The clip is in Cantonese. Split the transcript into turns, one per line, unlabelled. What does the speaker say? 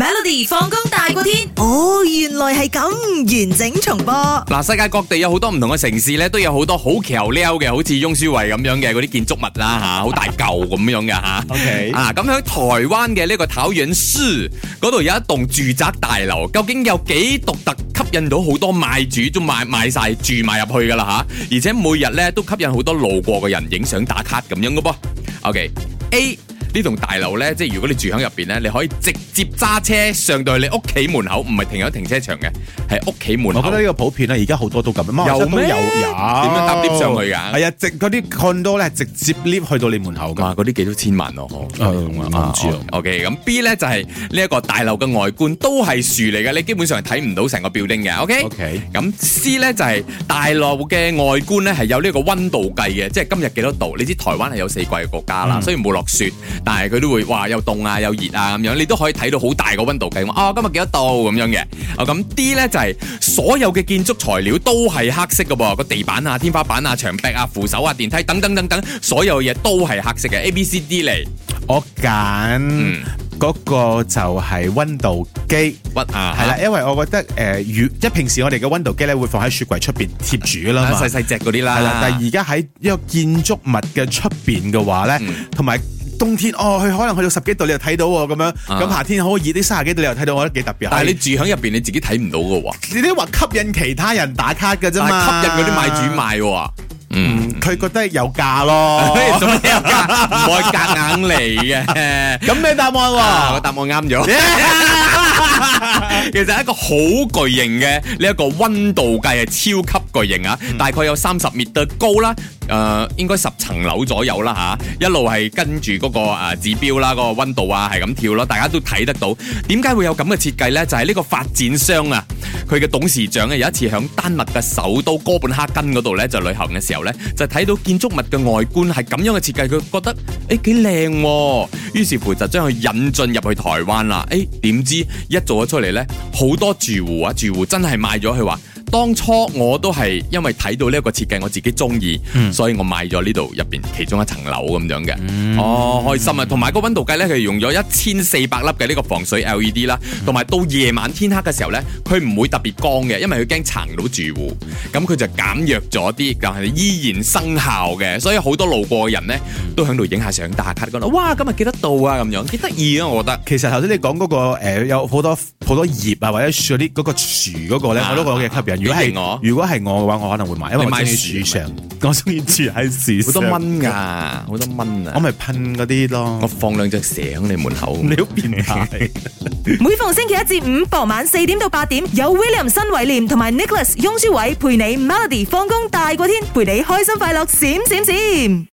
Melody 放工大過天，哦，原來係咁，完整重播。
嗱，世界各地有好多唔同嘅城市咧，都有好多好橋溜嘅，好似翁書慧咁樣嘅嗰啲建築物啦吓，好大舊咁樣嘅吓。
OK
啊，咁喺台灣嘅呢個桃園市嗰度有一棟住宅大樓，究竟有幾獨特，吸引到好多買主都買買晒住埋入去噶啦吓，而且每日咧都吸引好多路過嘅人影相打卡咁樣嘅噃。OK，A 呢棟大樓呢，即係如果你住喺入邊呢，你可以直接揸車上到去你屋企門口，唔係停喺停車場嘅，係屋企門口。
我覺得呢個普遍咧，而家好多都咁樣，馬來西亞都
有咩
有有
點樣搭 lift 上去㗎
係啊，直嗰啲 condo 咧，直接 lift 去到你門口㗎。
哇！嗰啲幾多千萬咯，我
誒嗯我唔知啊
O K，咁 B 咧就係呢一個大樓嘅外觀都係樹嚟嘅，你基本上係睇唔到成個 building 嘅。O K。
OK
咁 C 咧就係大樓嘅外觀咧係有呢個温度計嘅，即係今日幾多度？你知台灣係有四季嘅國家
嗯
啦，雖然冇落雪，但係佢都會哇又凍啊又熱啊咁樣，你都可以睇到好大個温度計。哦，今日幾多度咁樣嘅。啊咁 D 咧就係所有嘅建築材料都係黑色嘅噃，個地板啊、天花板啊、牆壁啊、扶手啊、電梯等等等等，所有嘢都係黑色嘅。A、B、C、D 嚟
我揀嗰個就係温度機。
屈啊，
係啦，因為我覺得誒，如即係平時我哋嘅温度機咧，會放喺雪櫃出邊貼住㗎啦
啊，
嘛
細。細只嗰啲啦。
係啦，但係而家喺一個建築物嘅出邊嘅話咧
嗯，
同埋冬天哦，佢可能去到十幾度你又睇到喎咁樣，
啊
咁夏天好熱啲三十幾度你又睇到，我覺得幾特別。
但係你住喺入邊，你自己睇唔到嘅喎，
你都話吸引其他人打卡嘅啫
但
嘛，
係啊吸引嗰啲買主賣喎。嗯，
佢覺得有價 咯。
做咩又夾唔可以夾硬嚟嘅？
咁咩答案
啊！
喎
我？答案啱咗。 其實係一個好巨型嘅呢一個温度計係超級巨型啊，大概有三十米嘅高啦，誒、應該十層樓左右啦吓、一路係跟住嗰、個、呃、指標啦，嗰、個温度啊係咁跳啦，大家都睇得到。點解會有咁嘅設計呢？就係、呢個發展商啊，佢嘅董事長咧啊有一次響丹麥嘅首都哥本哈根嗰度呢，就旅行嘅時候呢，就睇到建築物嘅外觀係咁樣嘅設計，佢覺得誒幾靚喎，於是乎就將佢引進入去台灣啦。誒點知一做咗出嚟呢，好多住戶啊，住戶真係買咗佢話。當初我都係因為睇到呢一個設計，我自己中意，所以我買咗呢度入邊其中一層樓咁樣嘅。哦，開心啊！同埋個温度計呢，佢用咗一千四百粒嘅呢個防水 LED 啦，同埋到夜晚天黑嘅時候呢，佢唔會特別光嘅，因為佢驚撐到住戶。咁佢就減弱咗啲，但係依然生效嘅。所以好多路過嘅人呢，都喺度影下相打卡，覺得哇今日幾多度啊咁樣，幾得意啊！我覺得。
其實頭先你講嗰、個、呃、有好多好多葉啊，或者樹嗰啲嗰個樹嗰個咧，
啊
我都覺得幾吸引。如果
你認我
係如果係我嘅話，我可能會買，因為
你
我
買
中意
樹啊
樹上， 我中意住喺樹
好多
上。
蚊㗎，好多蚊
我
啊！
咪噴嗰啲咯。
我放兩隻蛇喺你門口。
你好變 態。
每逢星期一至五傍晚四點到八點，有 William 新偉廉同埋 Nicholas 雍舒偉陪你 Melody 放工大過天，陪你開心快樂閃閃閃。